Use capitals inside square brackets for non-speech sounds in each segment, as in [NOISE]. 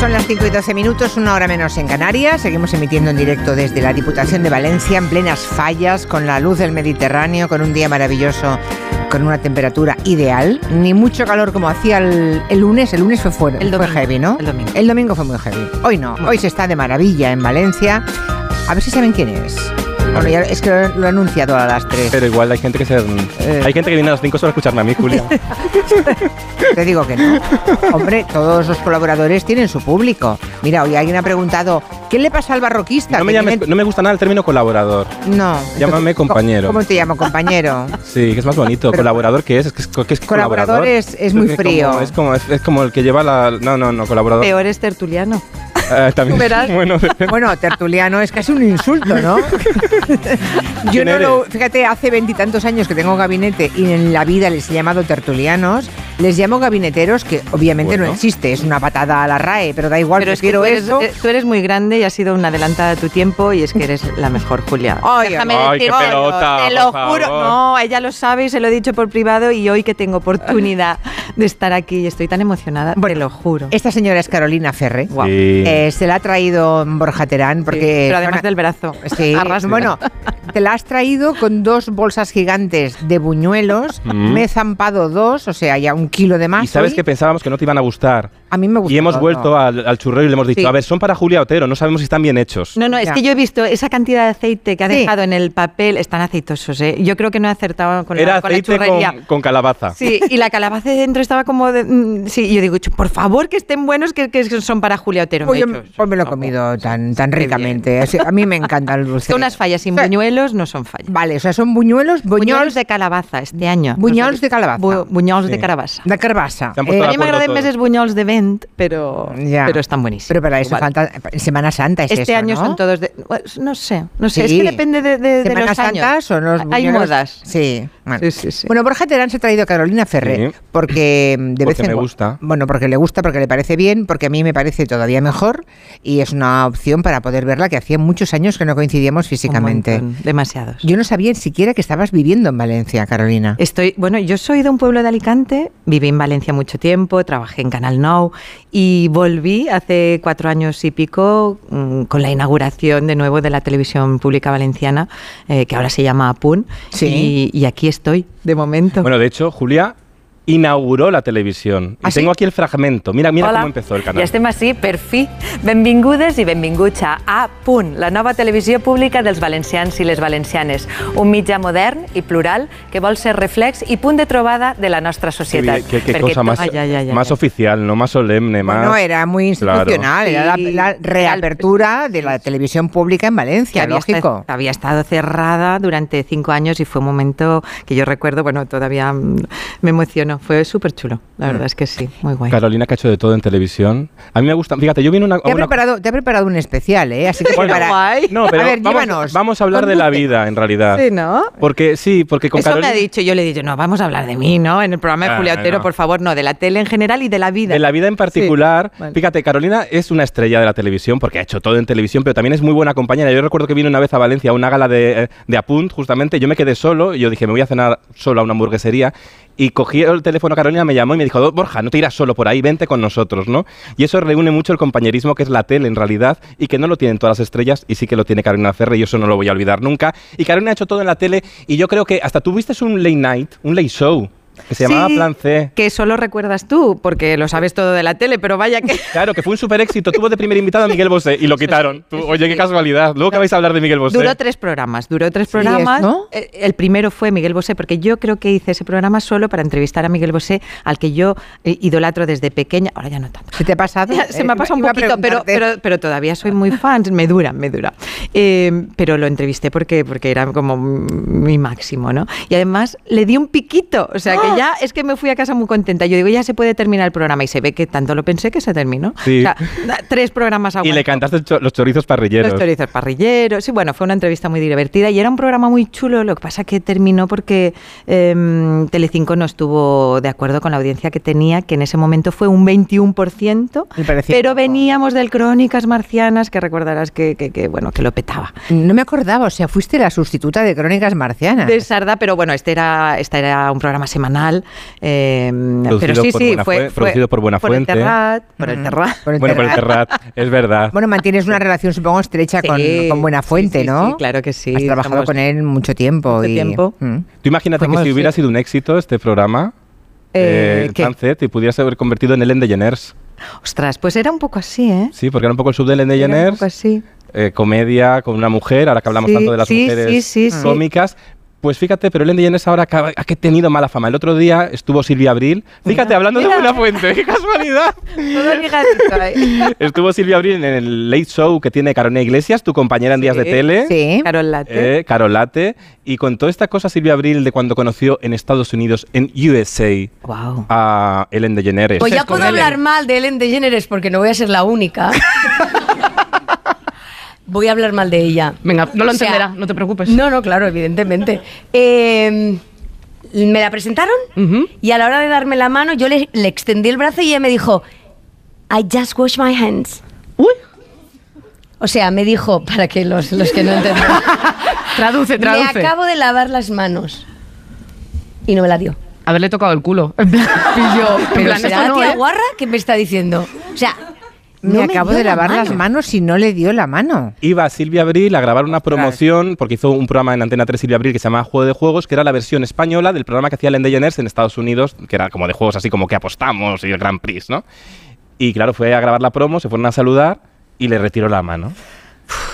son las 5 y 12 minutos, una hora menos en Canarias. Seguimos emitiendo en directo desde la Diputación de Valencia, en plenas fallas, con la luz del Mediterráneo, con un día maravilloso, con una temperatura ideal. Ni mucho calor como hacía el, el lunes. El lunes fue fuerte, El domingo, fue heavy, ¿no? Eh, el domingo. El domingo fue muy heavy. Hoy no, hoy se está de maravilla en Valencia. A ver si saben quién es. Bueno, ya es que lo, lo he anunciado a las 3. Pero igual hay gente que se... Eh. Hay gente que viene a las 5 solo a escucharme a [LAUGHS] mí, Julia. Te digo que no. Hombre, todos los colaboradores tienen su público. Mira, hoy alguien ha preguntado, ¿qué le pasa al barroquista? No me, Que llames- tiene- no me gusta nada el término colaborador. No. Llámame Entonces, ¿cómo- compañero. ¿Cómo te llamo, [LAUGHS] compañero? Sí, que es más bonito. Pero- ¿Colaborador qué es? Es que es, que es Colaborador colaborador. es- es muy como- frío. es, como, es, es como el que lleva la... No, no, no, colaborador. Peor es [LAUGHS] tertuliano. Eh, también [LAUGHS] Verás. bueno, Bueno, tertuliano es casi un insulto, [LAUGHS] ¿no? Yo ¿Quién no lo. eres? Fíjate, hace veintitantos años que tengo gabinete y en la vida les he llamado tertulianos. Les llamo gabineteros, que obviamente no Bueno. existe, es una patada a la RAE, pero da igual, Pero es que prefiero tú eres, eso. eh, tú eres muy grande y has sido una adelantada a tu tiempo y es que eres la mejor, Julia. Ay, Déjame Ay, qué decirlo, pelota, te lo por juro. favor. No, ella lo sabe y se lo he dicho por privado y hoy que tengo oportunidad de estar aquí y estoy tan emocionada, te lo juro. Esta señora es Carolina Ferre. Guau. Sí. Eh, se la ha traído Borja Terán porque... Pero además Juana- del brazo. Sí, Arrastra. bueno, [LAUGHS] te la has traído con dos bolsas gigantes de buñuelos, Mm. me he zampado dos, o sea, ya un kilo de más. y sabes hoy. que pensábamos que no te iban a gustar. A mí Ah, me gusta Y hemos todo. vuelto al, al churrero y le hemos dicho, Sí. a ver, son para Julia Otero, no sabemos si están bien hechos. No, no, es Ya. que yo he visto esa cantidad de aceite que ha Sí. dejado en el papel, están aceitosos, ¿eh? Yo creo que no he acertado con, Era la, con la aceite churrería. con, con calabaza. Sí, y la calabaza de dentro estaba como de, mm, sí, y yo digo, "Chu, por favor, que estén buenos, que, que son para Julia Otero. Pues, yo- me he dicho, pues me lo he "No, comido tan, tan qué bien". ricamente. Así- a mí me encanta el Es dulce. que unas fallas sin Sí. buñuelos no son fallas. Vale, o sea, son buñuelos, Buñuelos buñuelos de calabaza este año. Buñols de calabaza. Bu- buñols de Sí. calabaza. de carbasa. Eh, Se han puesto A de mí me acuerdo agradan todos. más los buñols de vent, pero, Ya. pero están buenísimos. pero para eso Igual. falta Semana Santa. Es Este eso, año ¿no? son todos de... pues, No sé, no sé. Sí. Es que depende de, de- de Semana los Santa años. son los Hay buñuelos. modas. Sí. Bueno. Sí, sí, sí. Bueno, Borja Terán se ha traído a Carolina Ferré Sí. porque mm, de Porque vez en me cua- gusta. Bueno, porque le gusta, porque le parece bien, porque a mí me parece todavía mejor y es una opción para poder verla que hacía muchos años que no coincidíamos Un físicamente. montón, demasiados. Yo no sabía ni siquiera que estabas viviendo en Valencia, Carolina. Estoy, bueno, yo soy de un pueblo de Alicante, viví en Valencia mucho tiempo, trabajé en Canal Now y volví hace cuatro años y pico mm, con la inauguración de nuevo de la televisión pública valenciana, eh, que ahora se llama APUN, Sí. y, y aquí estoy de momento. Bueno, de hecho, Julia inauguró la televisión. ¿Ah, y sí? tengo aquí el fragmento. Mira, mira Hola. cómo empezó el canal. I estem així per fi. Benvingudes i benvinguts a A Punt, la nova televisió pública dels valencians i les valencianes. Un mitjà modern i plural que vol ser reflex i punt de trobada de la nostra Qué, societat. bien, qué- qué Perquè cosa to- más, Ay, ay, ay, ay, más ay. oficial, no más solemne, más... No, era muy Claro. institucional, era Sí. la, la reapertura de la televisión pública en que Valencia, había, esta- lógico. había estado cerrada durante cinco años y fue un momento que yo recuerdo, bueno, todavía mm, me emocionó, fue súper chulo, Mm. la verdad es que sí, muy guay. Carolina que ha hecho de todo en televisión. A mí me gusta... Fíjate, yo vine a una... Te a ha, una- preparado, te ha preparado un especial, ¿eh? Así que Bueno, prepara- guay. No, pero a ver, vamos, llévanos. vamos a hablar de la vida, en realidad. Sí, ¿no? Porque sí, porque con Eso Carolina... me ha dicho, yo le he dicho, no, vamos a hablar de mí, ¿no? En el programa de Ah, Julia Otero, no. por favor, no, de la tele en general y de la vida. De la vida en particular. Sí, vale. Fíjate, Carolina es una estrella de la televisión porque ha hecho todo en televisión, pero también es muy buena compañera. Yo recuerdo que vino una vez a Valencia a una gala de, eh, de Apunt, justamente. Yo me quedé solo y yo dije, me voy a cenar solo a una hamburguesería. Y cogí el teléfono, Carolina me llamó y me dijo, Borja, no te irás solo por ahí, vente con nosotros, ¿no? Y eso reúne mucho el compañerismo que es la tele en realidad y que no lo tienen todas las estrellas y sí que lo tiene Carolina Ferre y eso no lo voy a olvidar nunca. Y Carolina ha hecho todo en la tele y yo creo que hasta tú viste un late night, un late show, que se llamaba Sí, Plan C. Que solo recuerdas tú, porque lo sabes todo de la tele, pero vaya [LAUGHS] que. Claro, que fue un super éxito. Tuvo de primer invitado a Miguel Bosé y lo quitaron. Tú, oye, qué casualidad. Luego que vais a hablar de Miguel Bosé. Duró tres programas, duró tres es, programas. ¿no? Eh, El primero fue Miguel Bosé, porque yo creo que hice ese programa solo para entrevistar a Miguel Bosé, al que yo eh, idolatro desde pequeña. Ahora [LAUGHS] ya no tanto. ¿Se te ha pasado? Se me ha Eh, pasado un iba a poquito, pero, preguntarte. pero, pero todavía soy muy fan, me dura, me dura. Eh, pero lo entrevisté porque, porque era como mi máximo, ¿no? Y además le di un piquito, o sea ¡Ah! que ya es que me fui a casa muy contenta. Yo digo, ya se puede terminar el programa y se ve que tanto lo pensé que se terminó. Sí. O sea, na- tres programas [LAUGHS] Y aguanto. le cantaste cho- los chorizos parrilleros. Los chorizos parrilleros. Sí, bueno, fue una entrevista muy divertida y era un programa muy chulo. Lo que pasa que terminó porque em, Telecinco no estuvo de acuerdo con la audiencia que tenía, que en ese momento fue un 21%, Me parecía pero poco. veníamos del Crónicas Marcianas, que recordarás que, que- que, bueno, que lo petaba. No me Ah. acordaba, o sea, fuiste la sustituta de Crónicas Marcianas. De Sarda, pero bueno, este era, este era un programa artesanal. eh, pero Producido sí, por sí, Buena fue, Fue- fue producido por Buena el Fuente. Terrat, por el Terrat. Por el Bueno, por el Terrat. Terrat, es verdad. Bueno, mantienes una relación, supongo, estrecha con, Sí, con Buena Fuente, sí, sí, ¿no? sí, claro que sí. Has trabajado Estamos- con él mucho tiempo. Mucho y, tiempo. Mm. Tú imagínate que Vamos, si hubiera sido un éxito este programa, Eh, eh, ¿qué? Sunset, y pudieras haber convertido en Ellen DeGeneres. Ostras, pues era un poco así, ¿eh? Sí, porque era un poco el sub de Ellen Era un poco DeGeneres, así. eh, comedia con una mujer, ahora que hablamos Sí, tanto de las sí, mujeres sí, sí, sí. cómicas. Pues fíjate, pero Ellen DeGeneres ahora acaba- ha que tenido mala fama. El otro día estuvo Silvia Abril. Fíjate, hablando de Buena Fuente, qué casualidad. [LAUGHS] Todo ligadito ahí. Estuvo Silvia Abril en el Late Show que tiene Carolina Iglesias, tu compañera en días de Sí, tele. Sí. Carol Latte. Eh, Carolate. Y con toda esta cosa Silvia Abril de cuando conoció en Estados Unidos, en USA, Wow. ah, a Ellen DeGeneres. Pues ya Con puedo Ellen. hablar mal de Ellen DeGeneres porque no voy a ser la [LAUGHS] única. voy a hablar mal de ella. Venga, no lo O sea, entenderá, no te preocupes. No, no, claro, evidentemente. Eh, me la presentaron Ujú. y a la hora de darme la mano yo le, le extendí el brazo y ella me dijo, I just wash my hands. Uy, O sea, me dijo, para que los, los [LAUGHS] que no entienden, traduce, me traduce. acabo de lavar las manos. Y no me la dio. Haberle tocado el culo. En plan, [LAUGHS] y yo, en Pero plan, será esto no, la tía ¿eh? guarra que me está diciendo. O sea, Me no acabo dio de la lavar las mano. manos y no le dio la mano. Iba Silvia Abril a grabar una promoción, porque hizo un programa en Antena 3 Silvia Abril que se llamaba Juego de Juegos, que era la versión española del programa que hacía Ellen DeGeneres en Estados Unidos, que era como de juegos así como que apostamos y el Grand Prix, ¿no? Y claro, fue a grabar la promo, se fueron a saludar y le retiró la mano.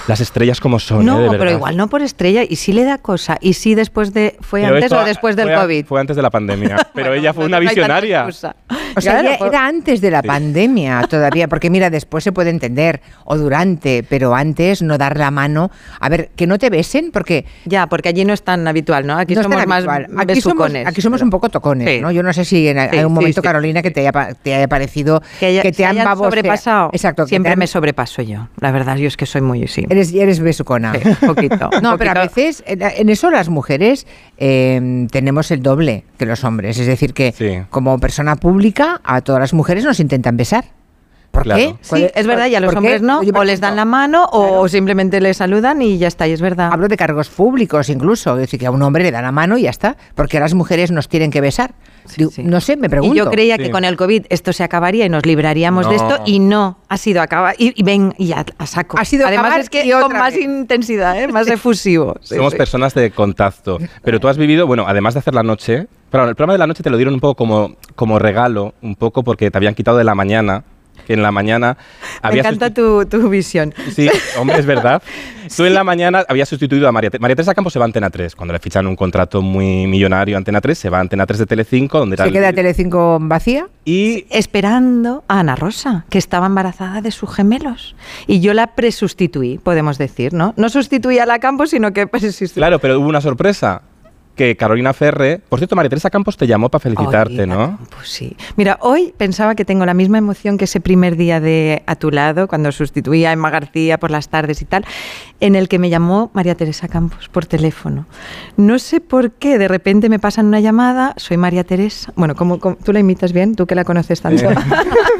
Las estrellas como son, ¿eh? No, De pero verdad. igual no por estrella. Y sí le da cosa. Y sí después de... ¿Fue Pero antes esto o después del fue a- COVID? Fue antes de [LAUGHS] la pandemia. Pero Bueno, ella fue no- una no hay tanta visionaria. excusa. O sea, Claro, ya por- era antes de la pandemia todavía, porque mira, después se puede entender, o durante, pero antes no dar la mano. A ver, que no te besen, porque Ya, porque allí no es tan habitual, ¿no? Aquí no es somos tan más habitual. Aquí somos, besucones. aquí somos pero- un poco tocones, Sí. ¿no? Yo no sé si en, Sí, hay un sí, momento, sí. Carolina, que te haya, pa- te haya parecido Que, haya- que te se han hayan baboseado. sobrepasado. Exacto. que te Siempre han- me sobrepaso yo. La verdad, yo es que soy muy... Sí, Eres, eres besucona. Sí, [LAUGHS] un poquito. No, un pero a poquito. veces, en- en eso las mujeres eh, tenemos el doble que los hombres. Es decir, que Sí. como persona pública, a todas las mujeres nos intentan besar. ¿Por Claro. qué? Sí, es verdad, y a los ¿Por qué? hombres no. Yo, por O les ejemplo, dan la mano o simplemente les saludan y ya está, y es verdad. Hablo de cargos públicos incluso. Es decir, que a un hombre le dan la mano y ya está. Porque a las mujeres nos tienen que besar. Digo, sí. No sé, me pregunto. Y yo creía Sí. que con el COVID esto se acabaría y nos libraríamos de esto No. y no, ha sido acabar y, y ven y a, a saco. Ha sido Además acabar es que y otra con más vez. intensidad, ¿eh? más efusivo. Sí, Somos sí. personas de contacto. Pero tú has vivido, bueno, además de hacer la noche, claro, el programa de la noche te lo dieron un poco como, como regalo, un poco porque te habían quitado de la mañana, que en la mañana Me había encanta sustitu- tu, tu visión. Sí, hombre, es [LAUGHS] verdad. Tú en la mañana habías sustituido a María, Te- María Teresa Campos se va a Antena 3. Cuando le fichan un contrato muy millonario a Antena 3, se va a Antena 3 de Telecinco, donde era ¿Se el- queda Telecinco vacía? Y Esperando a Ana Rosa, que estaba embarazada de sus gemelos. Y yo la presustituí, podemos decir, ¿no? No sustituí a la Campos, sino que presustituí. claro, pero hubo una sorpresa, que Carolina Ferre, por cierto, María Teresa Campos te llamó para felicitarte, Ay, ¿no? Pues sí. Mira, hoy pensaba que tengo la misma emoción que ese primer día de A tu lado, cuando sustituía a Emma García por las tardes y tal, en el que me llamó María Teresa Campos por teléfono. No sé por qué, de repente me pasan una llamada, soy María Teresa. Bueno, como tú la imitas bien? Tú que la conoces tanto. [LAUGHS] Eh.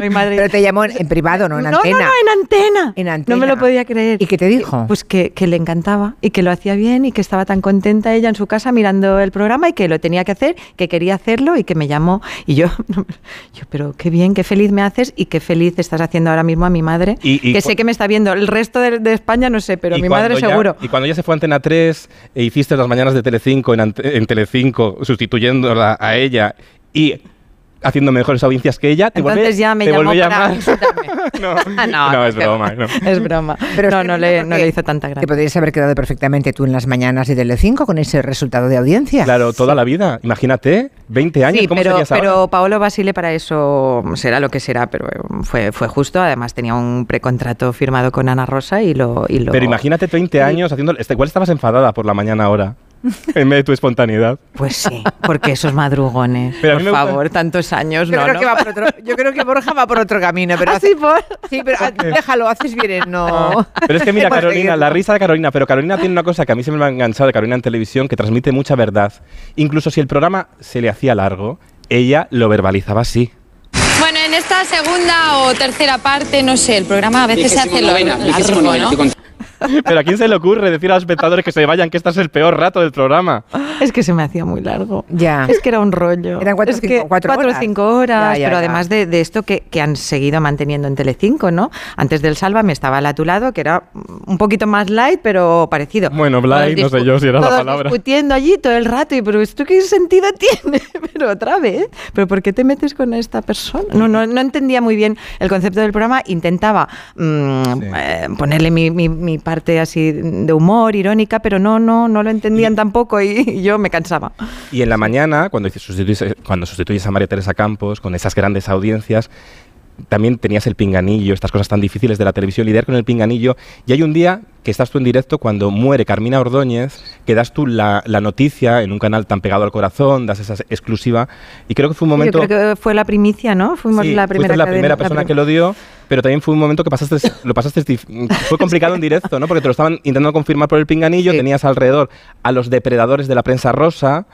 Mi madre- Pero te llamó en, en privado, no en antena. No, no, en antena. En antena. No me lo podía creer. ¿Y qué te dijo? Pues que, que le encantaba y que lo hacía bien y que estaba tan contenta ella en su casa mirando el programa y que lo tenía que hacer, que quería hacerlo y que me llamó. Y yo, [LAUGHS] yo pero qué bien, qué feliz me haces y qué feliz estás haciendo ahora mismo a mi madre. Y- y que cu- sé que me está viendo. El resto de, de España no sé, pero Y mi madre cuando ya- seguro. Y cuando ya se fue a Antena 3 e hiciste las mañanas de Telecinco en, Ante- en Telecinco sustituyéndola a ella y haciendo mejores audiencias que ella, te Entonces vuelve, ya me te llamó vuelve a para llamar. insultarme. [LAUGHS] no, Ah, no, es qué va. broma. no. [LAUGHS] Es broma. Pero no, es no tremendo le, no porque le hizo tanta Te gracia. podrías haber quedado perfectamente tú en las mañanas de Telecinco con ese resultado de audiencia. Claro, toda la vida. Imagínate, 20 años, Sí, ¿cómo pero, serías ahora? pero Paolo Basile para eso será lo que será, pero eh, fue, fue justo. Además tenía un precontrato firmado con Ana Rosa y lo... Y lo Pero imagínate 20 años haciendo... este- Igual estabas enfadada por la mañana [LAUGHS] ahora, en vez de tu espontaneidad. Pues sí, porque esos madrugones, Pero a mí por me gusta- favor, tantos años, Yo, no, creo ¿no? que va por otro- yo creo que Borja va por otro camino, pero Ah, hace- sí, por- Sí, [LAUGHS] pero ah, déjalo, haces bien, no. Pero es que [LAUGHS] mira, Hemos Carolina, seguido. la risa de Carolina, pero Carolina tiene una cosa que a mí se me ha enganchado de Carolina en televisión, que transmite mucha verdad. Incluso si el programa se le hacía largo, ella lo verbalizaba así. [LAUGHS] Bueno, en esta segunda o tercera parte, no sé, el programa a veces se hace largo, ¿no? Pero ¿a quién se le ocurre decir a los espectadores que se vayan que este es el peor rato del programa? Es que se me hacía muy largo. Ya. Es que era un rollo. Eran cuatro, Es cinco- que cuatro cuatro o horas. cinco horas, Ya, ya, pero ya. además de, de esto que, que han seguido manteniendo en Telecinco, ¿no? Antes del Salva me estaba a tu lado, que era un poquito más light, pero parecido. Bueno, light, Todos no sé discu- yo si era la todos palabra. discutiendo allí todo el rato, y pero ¿esto qué sentido tiene? [LAUGHS] pero otra vez, ¿pero por qué te metes con esta persona? No, no, no entendía muy bien el concepto del programa, intentaba mm, Sí. eh, ponerle mi, mi- mi parte así de humor, irónica, pero no, no, no lo entendían tampoco y, y yo me cansaba. Y en la mañana, cuando dices- sustituyes, eh, cuando sustituyes a María Teresa Campos con esas grandes audiencias, también tenías el pinganillo, estas cosas tan difíciles de la televisión, lidiar con el pinganillo. Y hay un día que estás tú en directo cuando muere Carmina Ordóñez, que das tú la, la noticia en un canal tan pegado al corazón, das esa exclusiva. Y creo que fue un momento... Yo creo que fue la primicia, ¿no? Fuimos Sí, la fuiste primera, la cadena- primera la persona prim- que lo dio, pero también fue un momento que pasaste, lo pasaste, dif- fue complicado en directo, ¿no? Porque te lo estaban intentando confirmar por el pinganillo, Sí. tenías alrededor a los depredadores de la prensa rosa,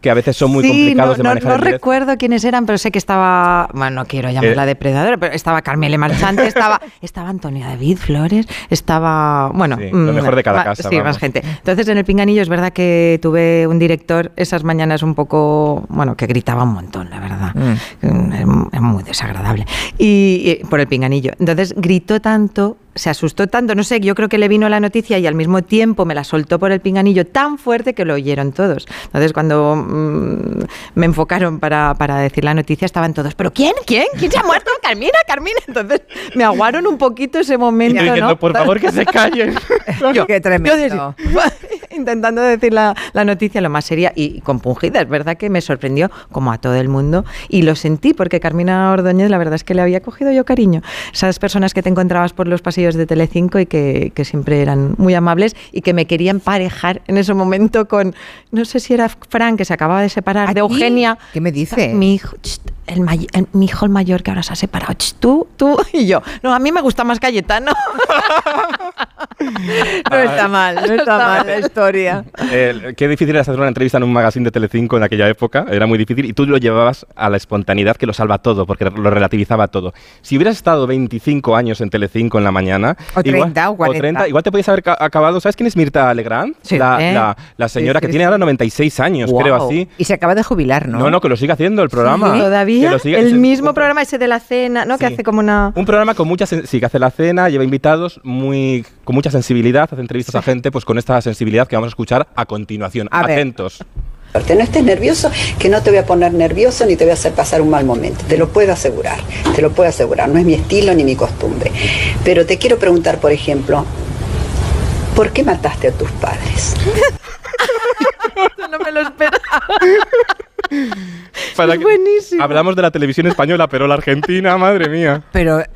que a veces son muy Sí, complicados no, de no- manejar. no en directo. recuerdo quiénes eran, pero sé que estaba, bueno, no quiero llamarla Eh. depredadora, pero estaba Carmele Marchante, [LAUGHS] estaba, estaba Antonio David Flores, estaba, bueno, Sí, lo mm, mejor de cada ma- casa, Sí, vamos. más gente. Entonces en el Pinganillo es verdad que tuve un director esas mañanas un poco, bueno, que gritaba un montón, la verdad. Mm, Es, es muy desagradable. Y, y por el Pinganillo. Entonces gritó tanto. Se asustó tanto, no sé, yo creo que le vino la noticia y al mismo tiempo me la soltó por el pinganillo tan fuerte que lo oyeron todos. Entonces, cuando mm, me enfocaron para, para decir la noticia, estaban todos, ¿pero quién? ¿Quién? ¿Quién se ha muerto? Carmina, Carmina. Entonces, me aguaron un poquito ese Y momento. yo diciendo, ¿no? por favor, que se callen. Qué tremendo. Yo decía- [LAUGHS] intentando decir la, la noticia lo más seria y compungida. Es verdad que me sorprendió, como a todo el mundo, y lo sentí, porque Carmina Ordóñez, la verdad es que le había cogido yo cariño. Esas personas que te encontrabas por los pasillos de Telecinco y que, que siempre eran muy amables y que me querían parejar en ese momento con, no sé si era Fran, que se acababa de separar, ¿A ti? de Eugenia. ¿Qué me dices? Mi hijo, chst, el may- el- mi hijo el mayor que ahora se ha separado, chst, tú, tú y yo. No, a mí me gusta más Cayetano. [LAUGHS] No está mal, no está mal la historia. Eh, qué difícil era hacer una entrevista en un magazine de Telecinco en aquella época, era muy difícil, y tú lo llevabas a la espontaneidad que lo salva todo, porque lo relativizaba todo. Si hubieras estado 25 años en Telecinco en la mañana... O 30 o 40. igual te podías haber ca- acabado... ¿Sabes quién es Mirta Legrand? Sí, la, ¿eh? la- la señora Sí, sí, que tiene sí. ahora 96 años, creo Guau. así. Y se acaba de jubilar, ¿no? No, no, que lo siga haciendo el programa. Sí, Que todavía lo siga- el es- mismo un- programa ese de la cena, ¿no? Que Sí. hace como una Un programa con mucha sen- sí, que hace la cena, lleva invitados, muy con mucha sensibilidad, hace entrevistas a gente, pues con esta sensibilidad que vamos a escuchar a continuación. A ver. Atentos. Que no estés nervioso, que no te voy a poner nervioso ni te voy a hacer pasar un mal momento. Te lo puedo asegurar, te lo puedo asegurar. No es mi estilo ni mi costumbre. Pero te quiero preguntar, por ejemplo, ¿por qué mataste a tus padres? no me lo espera. Para Es que- buenísimo. Hablamos de la televisión española, pero la argentina, madre mía. Pero, eh,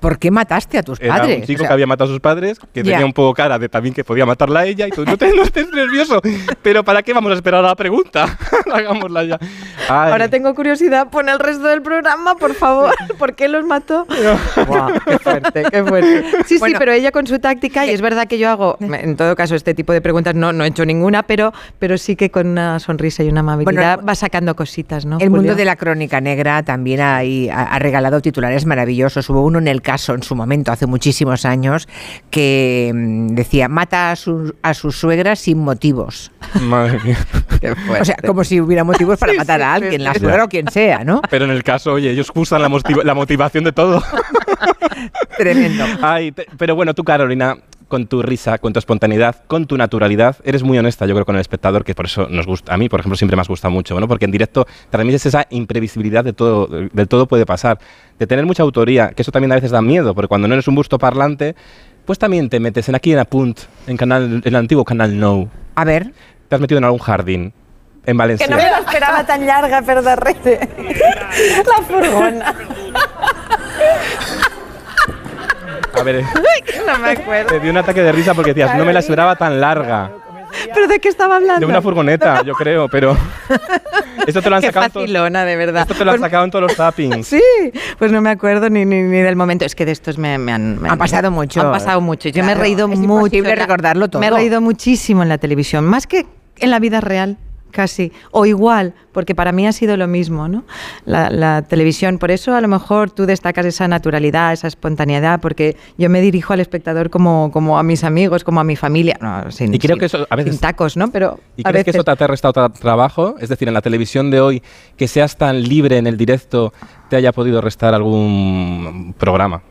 ¿por qué mataste a tus Era padres? un chico O sea, que [LAUGHS] había matado a sus padres, que Ya. tenía un poco cara de también que podía matarla a ella, y tú no, te, no estés nervioso. Pero ¿para qué vamos a esperar a la pregunta? [LAUGHS] Hagámosla ya. Ay. Ahora tengo curiosidad, pon el resto del programa, por favor. ¿Por qué los mató? Guau, qué fuerte, qué fuerte. [LAUGHS] Sí, sí, Bueno. pero ella con su táctica, y es verdad que yo hago, en todo caso, este tipo de preguntas no, no he hecho ninguna, pero, pero sí que con una sonrisa y una amabilidad Bueno, va sacando cositas, ¿no? El mundo Julio? de la crónica negra también ahí ha, ha regalado titulares maravillosos. Hubo uno en el caso, en su momento, hace muchísimos años, que mm, decía, mata a su, a su suegra sin motivos. Madre mía. [LAUGHS] O sea, como si hubiera motivos para matar a alguien, la suegra o quien sea, ¿no? Pero en el caso, oye, ellos usan la, motiva- la motivación de todo. Tremendo. Ay, te- pero bueno, tú, Carolina, con tu risa, con tu espontaneidad, con tu naturalidad, eres muy honesta, yo creo, con el espectador, que por eso nos gusta. A mí, por ejemplo, siempre me has gustado mucho, ¿no? Porque en directo transmites esa imprevisibilidad de todo, del todo puede pasar. De tener mucha autoría, que eso también a veces da miedo, porque cuando no eres un busto parlante, pues también te metes en aquí en Apunt, en, canal, en el antiguo canal No. A ver, Te has metido en algún jardín, en Valencia. la esperaba tan larga, verdad, Reyes. [LAUGHS] La furgona. A ver, eh. No me acuerdo. te dio un ataque de risa porque decías, no me la esperaba tan larga. ¿Pero de qué estaba hablando? De una furgoneta, yo creo, [LAUGHS] pero. Esto te lo han Qué sacado. todos- facilona, de verdad. Esto te lo han Pues- sacado en todos [LAUGHS] los zappings. Sí, pues no me acuerdo ni, ni, ni del momento. Es que de estos me, me han, me Han pasado mucho. Han pasado mucho. Yo me he Claro, reído es mucho. imposible en la- recordarlo todo. Me he reído muchísimo en la televisión, más que en la vida real. casi, o igual, porque para mí ha sido lo mismo, ¿no? La, la televisión, por eso a lo mejor tú destacas esa naturalidad, esa espontaneidad, porque yo me dirijo al espectador como, como a mis amigos, como a mi familia, no, sin, Y creo sin- que eso a veces- sin tacos, ¿no? Pero ¿Y a crees que veces- eso te ha restado tra- trabajo? Es decir, en la televisión de hoy, que seas tan libre en el directo, te haya podido restar algún programa.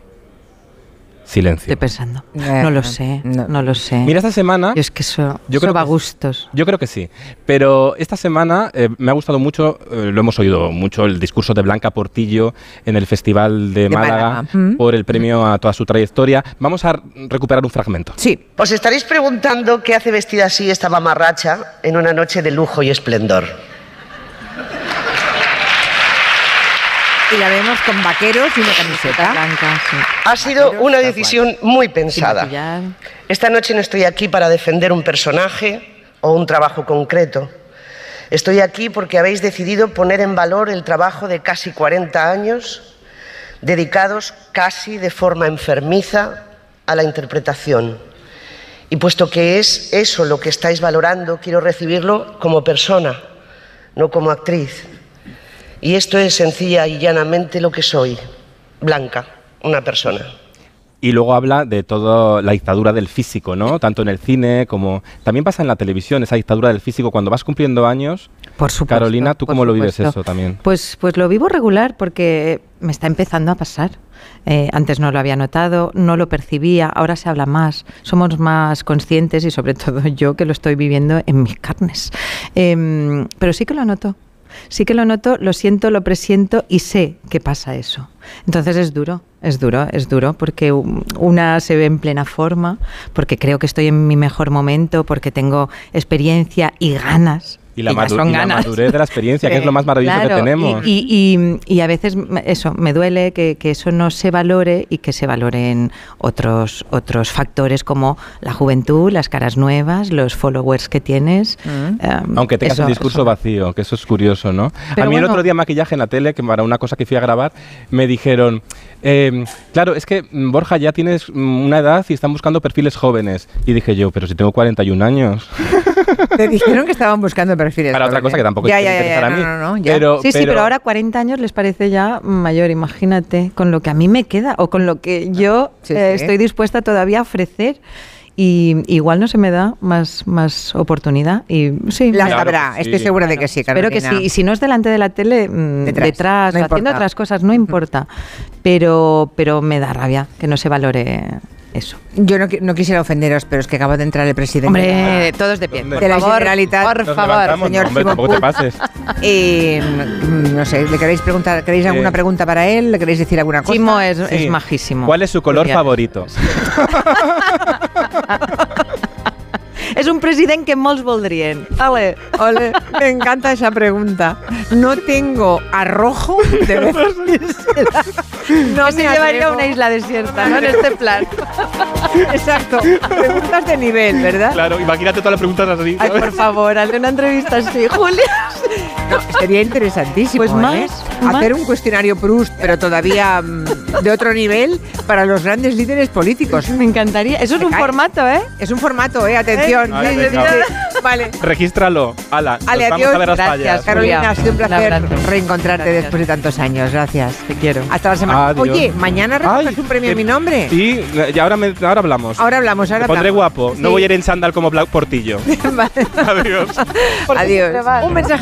Silencio. Estoy pensando. Eh, No lo sé, no. no, lo sé. Mira, esta semana. Yo es que eso, eso Yo creo va a que- gustos. Yo creo que sí. Pero esta semana eh, me ha gustado mucho, eh, lo hemos oído mucho, el discurso de Blanca Portillo en el Festival de, De Málaga, Málaga. Mm. por el premio a toda su trayectoria. Vamos a r- recuperar un fragmento. Sí, Os estaréis preguntando qué hace vestida así esta mamarracha en una noche de lujo y esplendor. y la vemos con vaqueros y una camiseta. Blanca, sí. Ha sido una decisión muy pensada. Maquillar. Esta noche no estoy aquí para defender un personaje o un trabajo concreto. Estoy aquí porque habéis decidido poner en valor el trabajo de casi 40 años dedicados casi de forma enfermiza a la interpretación. Y puesto que es eso lo que estáis valorando, quiero recibirlo como persona, no como actriz. Y esto es sencilla y llanamente lo que soy, Blanca, una persona. Y luego habla de toda la dictadura del físico, ¿no? Tanto en el cine como... También pasa en la televisión, esa dictadura del físico. Cuando vas cumpliendo años, Por supuesto. Carolina, ¿tú por cómo lo vives supuesto. eso también? Pues, pues lo vivo regular porque me está empezando a pasar. Eh, antes no lo había notado, no lo percibía, ahora se habla más, somos más conscientes y sobre [LAUGHS] todo yo que lo estoy viviendo en mis carnes. Em, pero sí que lo noto, sí que lo noto, lo siento, lo presiento y sé que pasa eso. Entonces es duro, es duro, es duro, porque um, una se ve en plena forma, porque creo que estoy en mi mejor momento, porque tengo experiencia y ganas Y la, ya madu- son y la ganas. madurez de la experiencia, que Sí. es lo más maravilloso Eh, Claro, que tenemos. Y, y- y- y a veces me- eso me duele que, que eso no se valore y que se valoren otros, otros factores como la juventud, las caras nuevas, los followers que tienes. Mm. em, Aunque tengas eso- un discurso eso. vacío, que eso es curioso, ¿no? Pero a mí el bueno. otro día maquillaje en la tele, que para una cosa que fui a grabar, me dijeron, eh, claro, es que mm, Borja ya tienes mm, una edad y están buscando perfiles jóvenes. Y dije yo, pero si tengo 41 años, Te dijeron que estaban buscando perfiles. para otra jóvenes. cosa que tampoco ya, te ya, ya, interesará a no, mí. no, no, ya. Sí, sí, pero ahora 40 años les parece ya mayor, imagínate, con lo que a mí me queda o con lo que yo Sí, eh, sí. estoy dispuesta todavía a ofrecer. Y igual no se me da más, más oportunidad. Y sí, Las me- Claro habrá, que sí. estoy segura de que sí, Espero Carolina. que sí. Y si no es delante de la tele, mm, Detrás. detrás, No o haciendo importa. otras cosas, no importa. Pero, pero me da rabia que no se valore eso. Yo no, qui- no quisiera ofenderos, pero es que acaba de entrar el presidente. Hombre, todos de pie. ¿Dónde? Por De la favor, Generalitat. por Nos favor. levantamos, señor no, hombre, tampoco te Simón pases. Eh, mm, no sé, ¿le queréis preguntar, queréis alguna Eh. pregunta para él? ¿Le queréis decir alguna cosa? Chimo es, Sí. es majísimo. ¿Cuál es su color Genial. favorito? Es un presidente que molts voldrien. Ale. Ole, me encanta esa pregunta. No tengo arrojo [LAUGHS] de decírsela. No que se me llevaría a atrevo. una isla desierta, ¿no? En este [LAUGHS] plan. Exacto. Preguntas de nivel, ¿verdad? Claro, imagínate todas las preguntas así. Ay, por favor, hazle una entrevista así, Julia. No, sería interesantísimo. Pues ¿eh? más, Hacer más. un cuestionario Proust, pero todavía mm, de otro nivel, para los grandes líderes políticos. Me encantaría. Eso es Me un cae. formato, ¿eh? Es un formato, ¿eh? Atención. Ahora, venga. Vale. Regístralo. Ala, nos Ale, vamos adiós. a ver las Gracias, fallas. Carolina, Julia. ha sido un placer Un abrazo. reencontrarte Gracias. después de tantos años. Gracias. Te quiero. Hasta la semana. Adiós. Oye, mañana recoges Ay, un premio que- a mi nombre. Sí, y ahora, me- ahora hablamos. Ahora hablamos, ahora Me pondré hablamos. guapo. Sí. [LAUGHS] No voy a ir en sándal como Bla- Portillo. Vale. Adiós. Adiós. Un mensaje de la